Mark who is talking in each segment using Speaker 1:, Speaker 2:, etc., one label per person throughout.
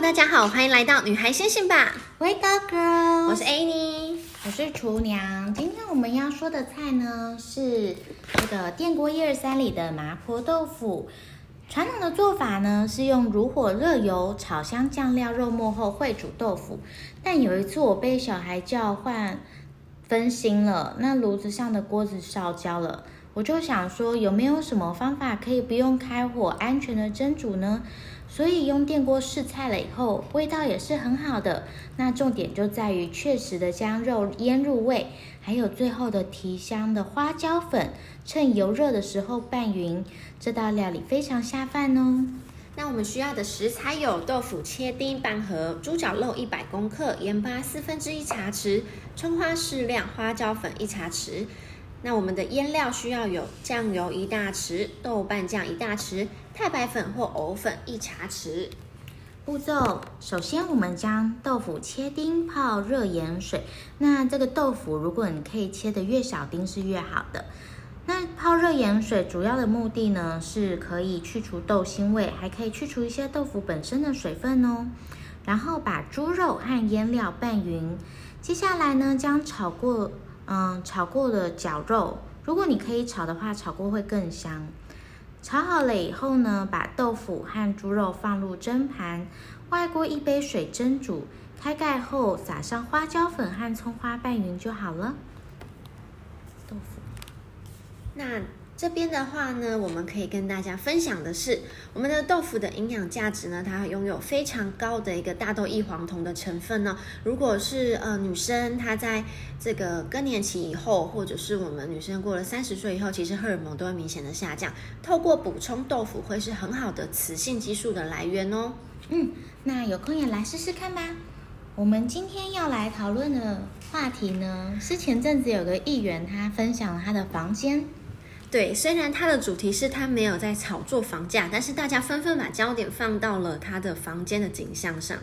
Speaker 1: 大家好，欢迎来到《女孩星星吧》，
Speaker 2: Wake up, girl！
Speaker 1: 我是 Annie。
Speaker 2: 我是厨娘。今天我们要说的菜呢是这个电锅一二三里的麻婆豆腐。传统的做法呢是用乳火热油炒香酱料肉末后烩煮豆腐，但有一次我被小孩叫唤分心了，那炉子上的锅子烧焦了。我就想说，有没有什么方法可以不用开火，安全的蒸煮呢？所以用电锅试菜了以后，味道也是很好的。那重点就在于确实的将肉腌入味，还有最后的提香的花椒粉，趁油热的时候拌匀。这道料理非常下饭哦。
Speaker 1: 那我们需要的食材有豆腐切丁半盒、猪脚肉一百公克、盐巴四分之一茶匙、葱花适量、花椒粉一茶匙。那我们的腌料需要有酱油一大匙、豆瓣酱一大匙、太白粉或藕粉一茶匙。
Speaker 2: 步骤：首先，我们将豆腐切丁泡热盐水。那这个豆腐，如果你可以切的越小丁是越好的。那泡热盐水主要的目的呢，是可以去除豆腥味，还可以去除一些豆腐本身的水分哦。然后把猪肉和腌料拌匀。接下来呢，将炒过嗯炒过的绞肉，如果你可以炒的话，炒过会更香。炒好了以后呢，把豆腐和猪肉放入蒸盘，外锅一杯水蒸煮，开盖后撒上花椒粉和葱花拌匀就好了。豆腐。
Speaker 1: 那这边的话呢，我们可以跟大家分享的是，我们的豆腐的营养价值呢，它拥有非常高的一个大豆异黄酮的成分呢、如果是呃女生，她在这个更年期以后，或者是我们女生过了三十岁以后，其实荷尔蒙都会明显的下降。透过补充豆腐，会是很好的雌性激素的来源哦。
Speaker 2: 嗯，那有空也来试试看吧。我们今天要来讨论的话题呢，是前阵子有个议员他分享了他的房间，
Speaker 1: 对，虽然它的主题是它没有在炒作房价，但是大家纷纷把焦点放到了他的房间的景象上。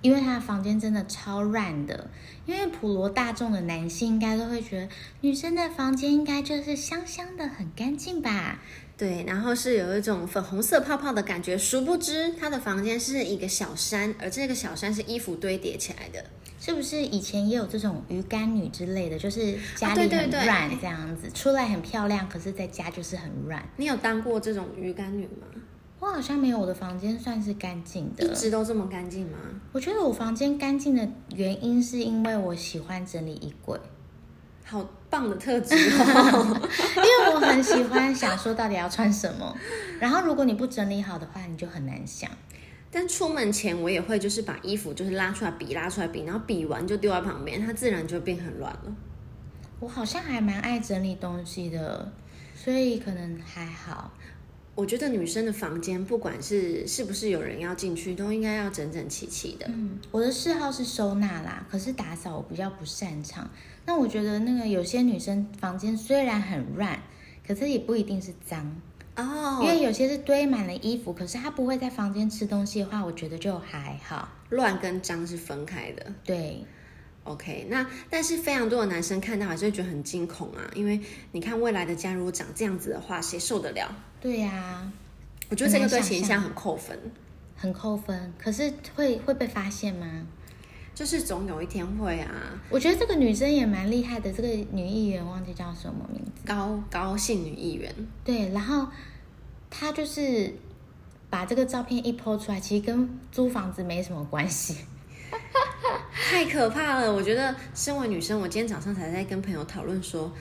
Speaker 2: 因为他的房间真的超乱的。因为普罗大众的男性应该都会觉得，女生的房间应该就是香香的，很干净吧？
Speaker 1: 对，然后是有一种粉红色泡泡的感觉，殊不知他的房间是一个小山，而这个小山是衣服堆叠起来的。
Speaker 2: 是不是以前也有这种鱼干女之类的，就是家
Speaker 1: 啊对
Speaker 2: 里
Speaker 1: 对
Speaker 2: 很
Speaker 1: 对
Speaker 2: 乱这样子，出来很漂亮，可是在家就是很乱。
Speaker 1: 你有当过这种鱼干女吗？
Speaker 2: 我好像没有，我的房间算是干净的。
Speaker 1: 一直都这么干净吗？
Speaker 2: 我觉得我房间干净的原因是因为我喜欢整理衣柜，
Speaker 1: 好棒的特质哦！
Speaker 2: 因为我很喜欢想说到底要穿什么。然后如果你不整理好的话，你就很难想。
Speaker 1: 但出门前我也会就是把衣服就是拉出来比拉出来比，然后比完就丢在旁边，它自然就变很乱了。
Speaker 2: 我好像还蛮爱整理东西的，所以可能还好。
Speaker 1: 我觉得女生的房间，不管是是不是有人要进去，都应该要整整齐齐的。
Speaker 2: 嗯，我的嗜好是收纳啦，可是打扫我比较不擅长。那我觉得那个有些女生房间虽然很乱，可是也不一定是脏，
Speaker 1: 哦
Speaker 2: 因为有些是堆满了衣服，可是她不会在房间吃东西的话，我觉得就还好。
Speaker 1: 乱跟脏是分开的。
Speaker 2: 对，
Speaker 1: OK，那但是非常多的男生看到还是会觉得很惊恐啊，因为你看未来的家如果长这样子的话，谁受得了？
Speaker 2: 对呀、
Speaker 1: 我觉得这个对
Speaker 2: 很难想象
Speaker 1: 形象很扣分，
Speaker 2: 很扣分。可是会会被发现吗？
Speaker 1: 就是总有一天会啊。
Speaker 2: 我觉得这个女生也蛮厉害的，这个女议员忘记叫什么名字。
Speaker 1: 高高性女议员，
Speaker 2: 对，然后她就是把这个照片一抛出来，其实跟租房子没什么关系。
Speaker 1: 太可怕了！我觉得身为女生，我今天早上才在跟朋友讨论说，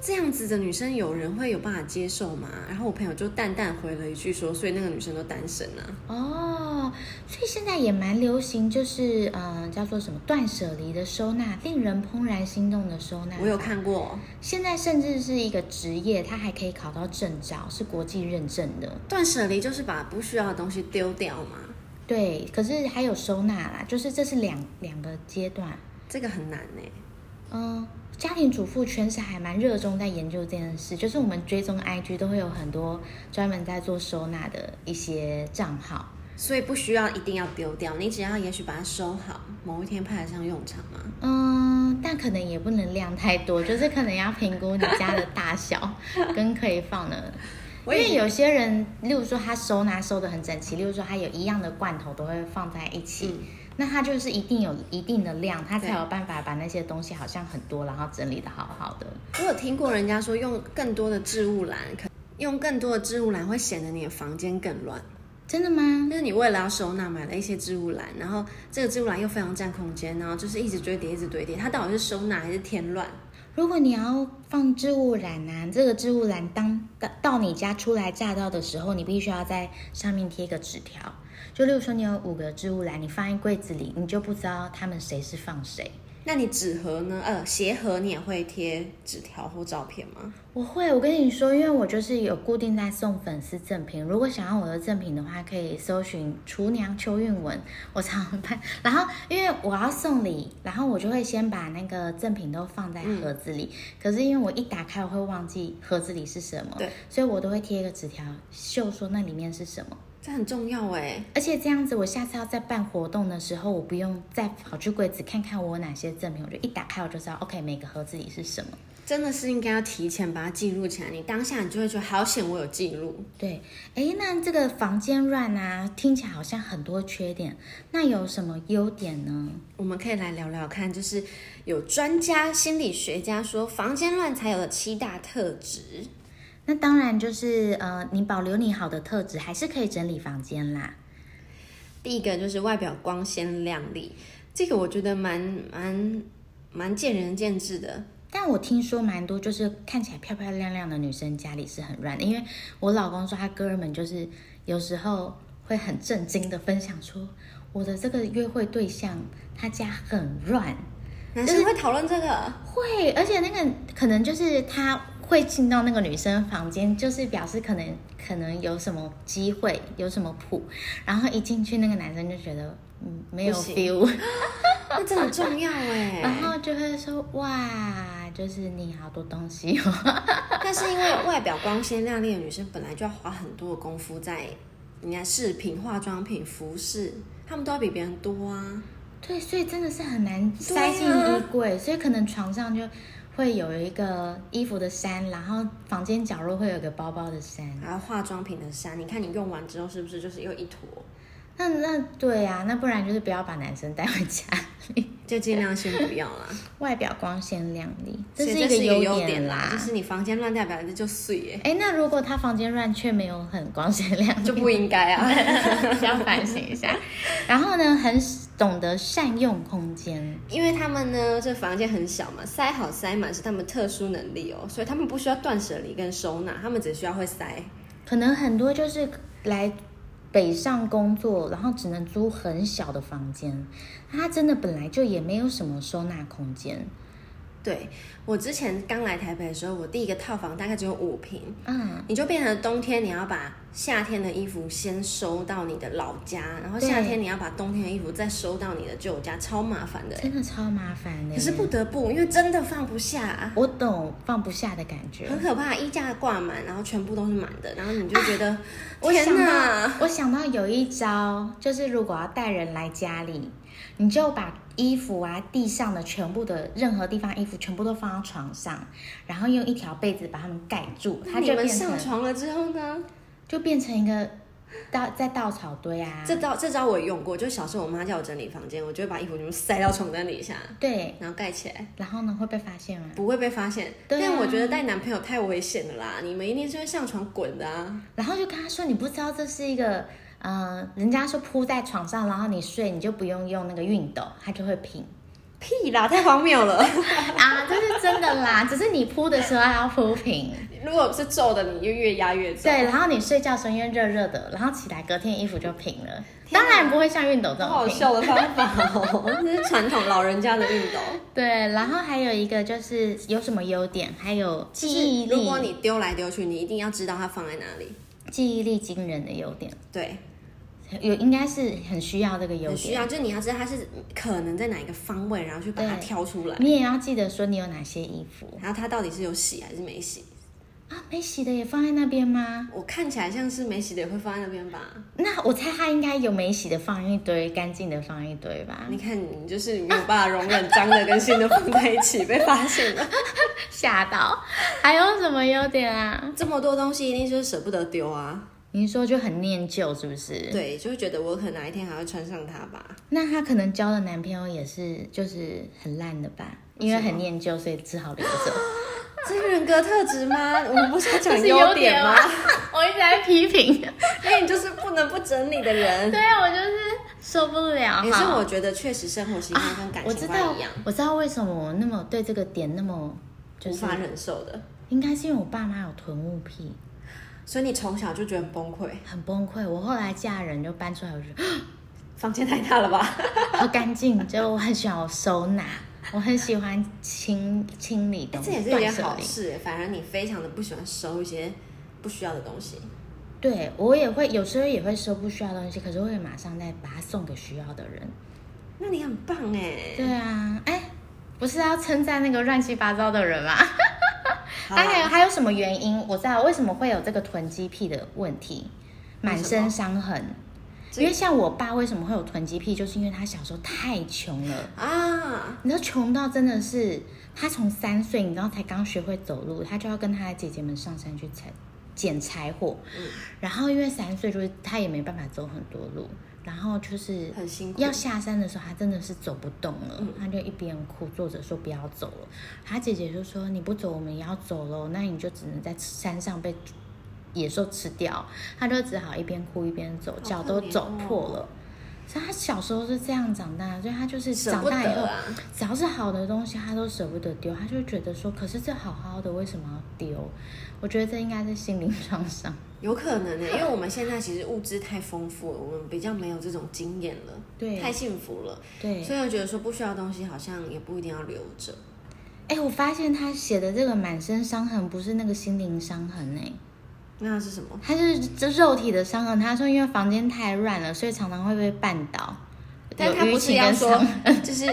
Speaker 1: 这样子的女生有人会有办法接受吗？然后我朋友就淡淡回了一句说，所以那个女生都单身啊。
Speaker 2: 哦，所以现在也蛮流行，就是嗯、呃叫做什么断舍离的收纳，令人怦然心动的收纳。
Speaker 1: 我有，看过
Speaker 2: 现在甚至是一个职业，它还可以考到证照，是国际认证的。
Speaker 1: 断舍离，就是把不需要的东西丢掉嘛，
Speaker 2: 对，可是还有收纳啦，就是这是两两个阶段。
Speaker 1: 这个很难欸呢、
Speaker 2: 嗯，家庭主妇圈是还蛮热衷在研究这件事，就是我们追踪 IG 都会有很多专门在做收纳的一些账号。
Speaker 1: 所以不需要一定要丢掉，你只要也许把它收好，某一天派得上用场嘛。
Speaker 2: 嗯，但可能也 不能量太多，就是可能要评估你家的大小跟可以放的。
Speaker 1: 我
Speaker 2: 因
Speaker 1: 也
Speaker 2: 为有些人，例如说他收纳收的很整齐，例如说他有一样的罐头都会放在一起，
Speaker 1: 嗯
Speaker 2: 那他就是一定有一定的量，他才
Speaker 1: 对
Speaker 2: 有办法把那些东西好像很多，然后整理的好好的。
Speaker 1: 我有听过人家说，用更多的置物篮，可用更多的置物篮会显得你的房间更乱。
Speaker 2: 真的吗？
Speaker 1: 就是你为了要收纳，买了一些置物篮，然后这个置物篮又非常占空间，然后就是一直堆叠，一直堆叠。它到底是收纳还是添乱？
Speaker 2: 如果你要放置物篮啊，这个置物篮当到到你家初来乍到的时候，你必须要在上面贴一个纸条。就例如说，你有五个置物篮，你放在柜子里，你就不知道他们谁是放谁。
Speaker 1: 那你纸盒呢？呃，鞋盒你也会贴纸条或照片吗？
Speaker 2: 我会，我跟你说，因为我就是有固定在送粉丝赠品。如果想要我的赠品的话，可以搜寻“厨娘邱韵文”，我常拍。 然后因为我要送礼，然后我就会先把那个赠品都放在盒子里。可是因为我一打开，我会忘记盒子里是什么，
Speaker 1: 对，
Speaker 2: 所以我都会贴一个纸条，秀说那里面是什么。
Speaker 1: 这很重要哎。
Speaker 2: 而且这样子，我下次要再办活动的时候，我不用再跑去柜子看看我有哪些赠品，我就一打开我就知道，OK，每个盒子里是什么。
Speaker 1: 真的是应该要提前把它记录起来，你当下你就会觉得好险，我有记录。
Speaker 2: 对，哎，那这个房间乱啊，听起来好像很多缺点，那有什么优点呢？
Speaker 1: 我们可以来聊聊看，就是有专家心理学家说，房间乱才有的七大特质。
Speaker 2: 那当然就是呃，你保留你好的特质，还是可以整理房间啦。
Speaker 1: 第一个就是外表光鲜亮丽，这个我觉得蛮蛮蛮见仁见智的。
Speaker 2: 但我听说蛮多就是看起来漂漂亮亮的女生家里是很乱的，因为我老公说他哥们就是有时候会很震惊的分享说，我的这个约会对象他家很乱，
Speaker 1: 男生会讨论这个，
Speaker 2: 会，而且那个可能就是他会进到那个女生房间，就是表示可能可能有什么机会，有什么谱，然后一进去那个男生就觉得嗯没有
Speaker 1: 不行
Speaker 2: feel，
Speaker 1: 那这很重要哎、
Speaker 2: 然后就会说哇，就是你好多东西哦，
Speaker 1: 但是因为外表光鲜亮丽的女生本来就要花很多的功夫在人家饰品、化妆品、服饰，她们都要比别人多啊。
Speaker 2: 对，所以真的是很难
Speaker 1: 对
Speaker 2: 塞进
Speaker 1: 啊
Speaker 2: 衣柜，所以可能床上就会有一个衣服的山，然后房间角落会有个包包的山。
Speaker 1: 还有化妆品的衫，你看你用完之后是不是就是又一坨？
Speaker 2: 那那对啊，那不然就是不要把男生带回家里。
Speaker 1: 就尽量先不要啦。
Speaker 2: 外表光鲜亮丽，
Speaker 1: 所
Speaker 2: 这
Speaker 1: 以
Speaker 2: 是
Speaker 1: 这
Speaker 2: 个
Speaker 1: 是一个
Speaker 2: 优
Speaker 1: 点
Speaker 2: 啦。
Speaker 1: 就是你房间乱代表这就碎 耶、
Speaker 2: 哎，那如果他房间乱却没有很光鲜亮丽，
Speaker 1: 就不应该啊。
Speaker 2: 需要反省一下。然后呢，很懂得善用空间，
Speaker 1: 因为他们呢，这房间很小嘛，塞好塞满是他们特殊能力哦，所以他们不需要断舍离跟收纳，他们只需要会塞。
Speaker 2: 可能很多就是来北上工作，然后只能租很小的房间，他真的本来就也没有什么收纳空间。
Speaker 1: 对我之前刚来台北的时候，我第一个套房大概只有五平，
Speaker 2: 嗯，
Speaker 1: 你就变成冬天你要把夏天的衣服先收到你的老家，然后夏
Speaker 2: 对
Speaker 1: 天你要把冬天的衣服再收到你的旧家，超麻烦的。
Speaker 2: 真的超麻烦的。
Speaker 1: 可是不，得不，因为真的放不下、啊。
Speaker 2: 我懂放不下的感觉。
Speaker 1: 很可怕，衣架挂满，然后全部都是满的，然后你就觉得、
Speaker 2: 我
Speaker 1: 啊 天
Speaker 2: 想
Speaker 1: 哪
Speaker 2: 到，，我想到有一招，就是如果要带人来家里，你就把衣服啊、地上的全部的任何地方衣服全部都放到床上，然后用一条被子把它们盖住，它
Speaker 1: 那你
Speaker 2: 就
Speaker 1: 们
Speaker 2: 变
Speaker 1: 上
Speaker 2: 成
Speaker 1: 床了之后呢？
Speaker 2: 就变成一个稻在稻草堆啊。
Speaker 1: 这招这招我也用过，就小时候我妈叫我整理房间，我就会把衣服全部塞到床单底下，
Speaker 2: 对，
Speaker 1: 然后盖起来，
Speaker 2: 然后呢会被发现吗？
Speaker 1: 不会被发现。
Speaker 2: 对啊
Speaker 1: 但我觉得带男朋友太危险了啦，你们一定是会上床滚的啊。
Speaker 2: 然后就跟他说，你不知道这是一个。呃，人家说铺在床上，然后你睡，你就不用用那个熨斗，它就会平
Speaker 1: 屁啦， 太荒谬了！
Speaker 2: 啊，这是真的啦。只是你铺的时候还要铺平，
Speaker 1: 如果是皱的，你就越压越皱。
Speaker 2: 对，然后你睡觉时候因为热热的，然后起来隔天衣服就平了，
Speaker 1: 天
Speaker 2: 当
Speaker 1: 哪
Speaker 2: 然不会像熨斗这
Speaker 1: 好好
Speaker 2: 种平。
Speaker 1: 笑的方法 哦，这是传统老人家的运动。
Speaker 2: 对，然后还有一个就是有什么优点，还有记忆
Speaker 1: 就是如果
Speaker 2: 力，
Speaker 1: 你丢来丢去，你一定要知道它放在哪里。
Speaker 2: 记忆力惊人的优点，
Speaker 1: 对，
Speaker 2: 有应该是很需要这个优
Speaker 1: 很需
Speaker 2: 点。
Speaker 1: 要，就是你要知道它是可能在哪一个方位，然后去把它
Speaker 2: 对
Speaker 1: 挑出来，
Speaker 2: 你也要记得说你有哪些衣服，
Speaker 1: 然后它到底是有洗还是没洗。
Speaker 2: 啊，没洗的也放在那边吗？
Speaker 1: 我看起来像是没洗的，也会放在那边吧？
Speaker 2: 那我猜他应该有没洗的放一堆，干净的放一堆吧？
Speaker 1: 你看你就是没有办法容忍脏的跟新的放在一起，被发现了。
Speaker 2: 吓到！还有什么优点啊？
Speaker 1: 这么多东西一定就是舍不得丢啊。
Speaker 2: 您说就很念旧是不是？。
Speaker 1: 对，就会觉得我可能哪一天还会穿上它吧。
Speaker 2: 那她可能交的男朋友也是就是很烂的吧？因为很念旧，所以只好留着。
Speaker 1: 这是人格特质吗？我们不是要讲
Speaker 2: 这是
Speaker 1: 优
Speaker 2: 优
Speaker 1: 点
Speaker 2: 点啊
Speaker 1: 吗
Speaker 2: 吗？ 我一直在批评，
Speaker 1: 所以你就是不能不整理的人。
Speaker 2: 对啊我就是受不了。
Speaker 1: 也是
Speaker 2: 哈
Speaker 1: 我觉得确实生活习惯跟感
Speaker 2: 啊我
Speaker 1: 情
Speaker 2: 知
Speaker 1: 观
Speaker 2: 道
Speaker 1: 一样，，
Speaker 2: 我知道为什么我那么对这个点那么就
Speaker 1: 无
Speaker 2: 是
Speaker 1: 法，忍受的，
Speaker 2: 应该是因为我爸妈有囤物癖，
Speaker 1: 所以你从小就觉得很崩溃，
Speaker 2: 很崩溃。我后来嫁人就搬出来，我就觉 得
Speaker 1: 房间太大了 吧？
Speaker 2: 好干净，就我很喜欢我收纳，我很喜欢清清理东
Speaker 1: 这
Speaker 2: 西，
Speaker 1: 也是一
Speaker 2: 断
Speaker 1: 件
Speaker 2: 舍
Speaker 1: 好
Speaker 2: 离。
Speaker 1: 事耶，反而你非常的不喜欢收一些不需要的东西。
Speaker 2: 对我也会有时候也会收不需要的东西，可是我会马上再把它送给需要的人。
Speaker 1: 那你很棒哎，
Speaker 2: 对啊，哎，不是要称赞那个乱七八糟的人吗？
Speaker 1: 好啊
Speaker 2: 他还有
Speaker 1: 啦，
Speaker 2: 还有什么原因？我知道为什么会有这个囤积癖的问题，
Speaker 1: 为什么
Speaker 2: 满身伤痕。
Speaker 1: 这
Speaker 2: 因为像我爸为什么会有囤积癖，就是因为他小时候太穷了，
Speaker 1: 啊，
Speaker 2: 你知道穷到真的是，他从三岁，你知道才刚学会走路，他就要跟他的姐姐们上山去采捡柴火，
Speaker 1: 嗯
Speaker 2: 然后因为三岁就是他也没办法走很多路，然后就是
Speaker 1: 很辛苦
Speaker 2: 要下山的时候，他真的是走不动了，
Speaker 1: 嗯
Speaker 2: 他就一边哭，坐着说不要走了。他姐姐就说：“你不走，我们也要走喽，那你就只能在山上被野兽吃掉。”他就只好一边哭一边走，脚都
Speaker 1: 可怜
Speaker 2: 走
Speaker 1: 哦
Speaker 2: 破了。所以他小时候是这样长大，所以他就是
Speaker 1: 舍
Speaker 2: 长
Speaker 1: 不
Speaker 2: 大以
Speaker 1: 得
Speaker 2: 后，
Speaker 1: 啊。
Speaker 2: 只要是好的东西，他都舍不得丢，他就觉得说，可是这好好的为什么要丢？我觉得这应该是心灵 创伤。
Speaker 1: 有可能呢、欸因为我们现在其实物资太丰富了，我们比较没有这种经验了，
Speaker 2: 对
Speaker 1: 太幸福了，
Speaker 2: 对，
Speaker 1: 所以我觉得说不需要的东西好像也不一定要留着。
Speaker 2: 哎，我发现他写的这个满身伤痕不是那个心灵伤痕哎、
Speaker 1: 那是什么？
Speaker 2: 他是这肉体的伤痕。他说因为房间太乱了，所以常常会被绊倒。
Speaker 1: 但
Speaker 2: 有
Speaker 1: 他不
Speaker 2: 淤
Speaker 1: 是
Speaker 2: 青
Speaker 1: 要
Speaker 2: 跟
Speaker 1: 说
Speaker 2: 伤，
Speaker 1: 就是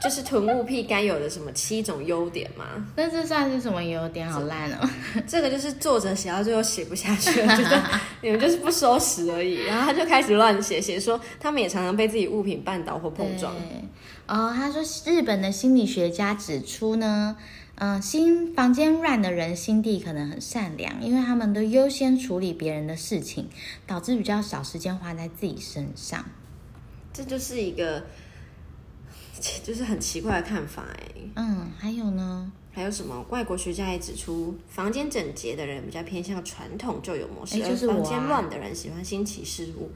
Speaker 1: 就是囤物癖该有的什么七种优点吗？
Speaker 2: 那这算是什么优点？好烂哦！
Speaker 1: 这个就是作者写到最后写不下去了，觉 得你们就是不收拾而已，然后他就开始乱写，写说他们也常常被自己物品绊倒或碰撞。
Speaker 2: 对哦，他说日本的心理学家指出呢，嗯、心房间乱的人心地可能很善良，因为他们都优先处理别人的事情，导致比较少时间花在自己身上。
Speaker 1: 这就是一个， 就是很奇怪的看法哎、
Speaker 2: 嗯，还有呢，
Speaker 1: 还有什么？外国学家也指出，房间整洁的人比较偏向传统旧有模式，
Speaker 2: 哎就是
Speaker 1: 而
Speaker 2: 我啊
Speaker 1: 房间乱的人喜欢新奇事物。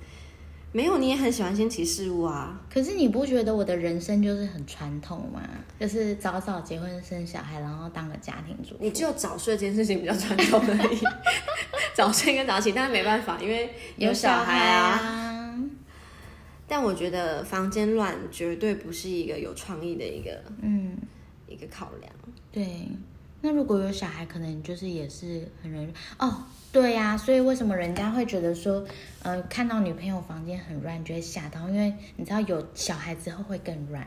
Speaker 1: 没有，你也很喜欢新奇事物啊。
Speaker 2: 可是你不觉得我的人生就是很传统吗？就是早早结婚生小孩，然后当个家庭主妇。
Speaker 1: 你只有早睡这件事情比较传统而 已，早睡跟早起，但是没办法，因为有小孩啊。
Speaker 2: 啊，
Speaker 1: 但我觉得房间乱绝对不是一个有创意的一个
Speaker 2: 嗯，
Speaker 1: 一个考量。
Speaker 2: 对，那如果有小孩，可能就是也是很容易哦。对呀、所以为什么人家会觉得说，呃，看到女朋友房间很乱就会吓到，因为你知道有小孩之后会更乱，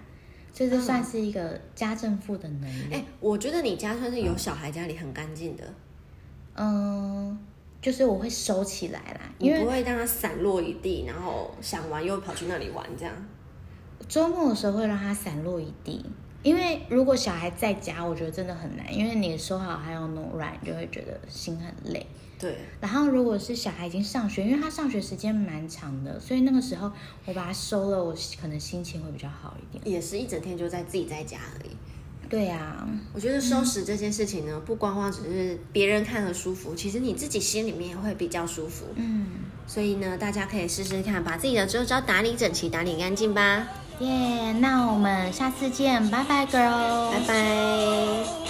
Speaker 2: 所以这算是一个家政妇的能力。
Speaker 1: 嗯哎、我觉得你家算是有小孩家里很干净的，
Speaker 2: 嗯、就是我会收起来啦，
Speaker 1: 你
Speaker 2: 因
Speaker 1: 不
Speaker 2: 为
Speaker 1: 会让它散落一地，然后想玩又跑去那里玩这样。
Speaker 2: 周末的时候会让它散落一地。因为如果小孩在家，我觉得真的很难，因为你收好还要弄乱，你就会觉得心很累。
Speaker 1: 对，
Speaker 2: 然后如果是小孩已经上学，因为他上学时间蛮长的，所以那个时候我把他收了，我可能心情会比较好一点。
Speaker 1: 也是一整天就在自己在家而已。
Speaker 2: 对啊，
Speaker 1: 我觉得收拾这件事情呢，不光光只是别人看了舒服，其实你自己心里面也会比较舒服。
Speaker 2: 嗯，
Speaker 1: 所以呢，大家可以试试看，把自己的周遭打理整齐、打理干净吧。
Speaker 2: 耶、那我们下次见，拜拜，girl，
Speaker 1: 拜拜。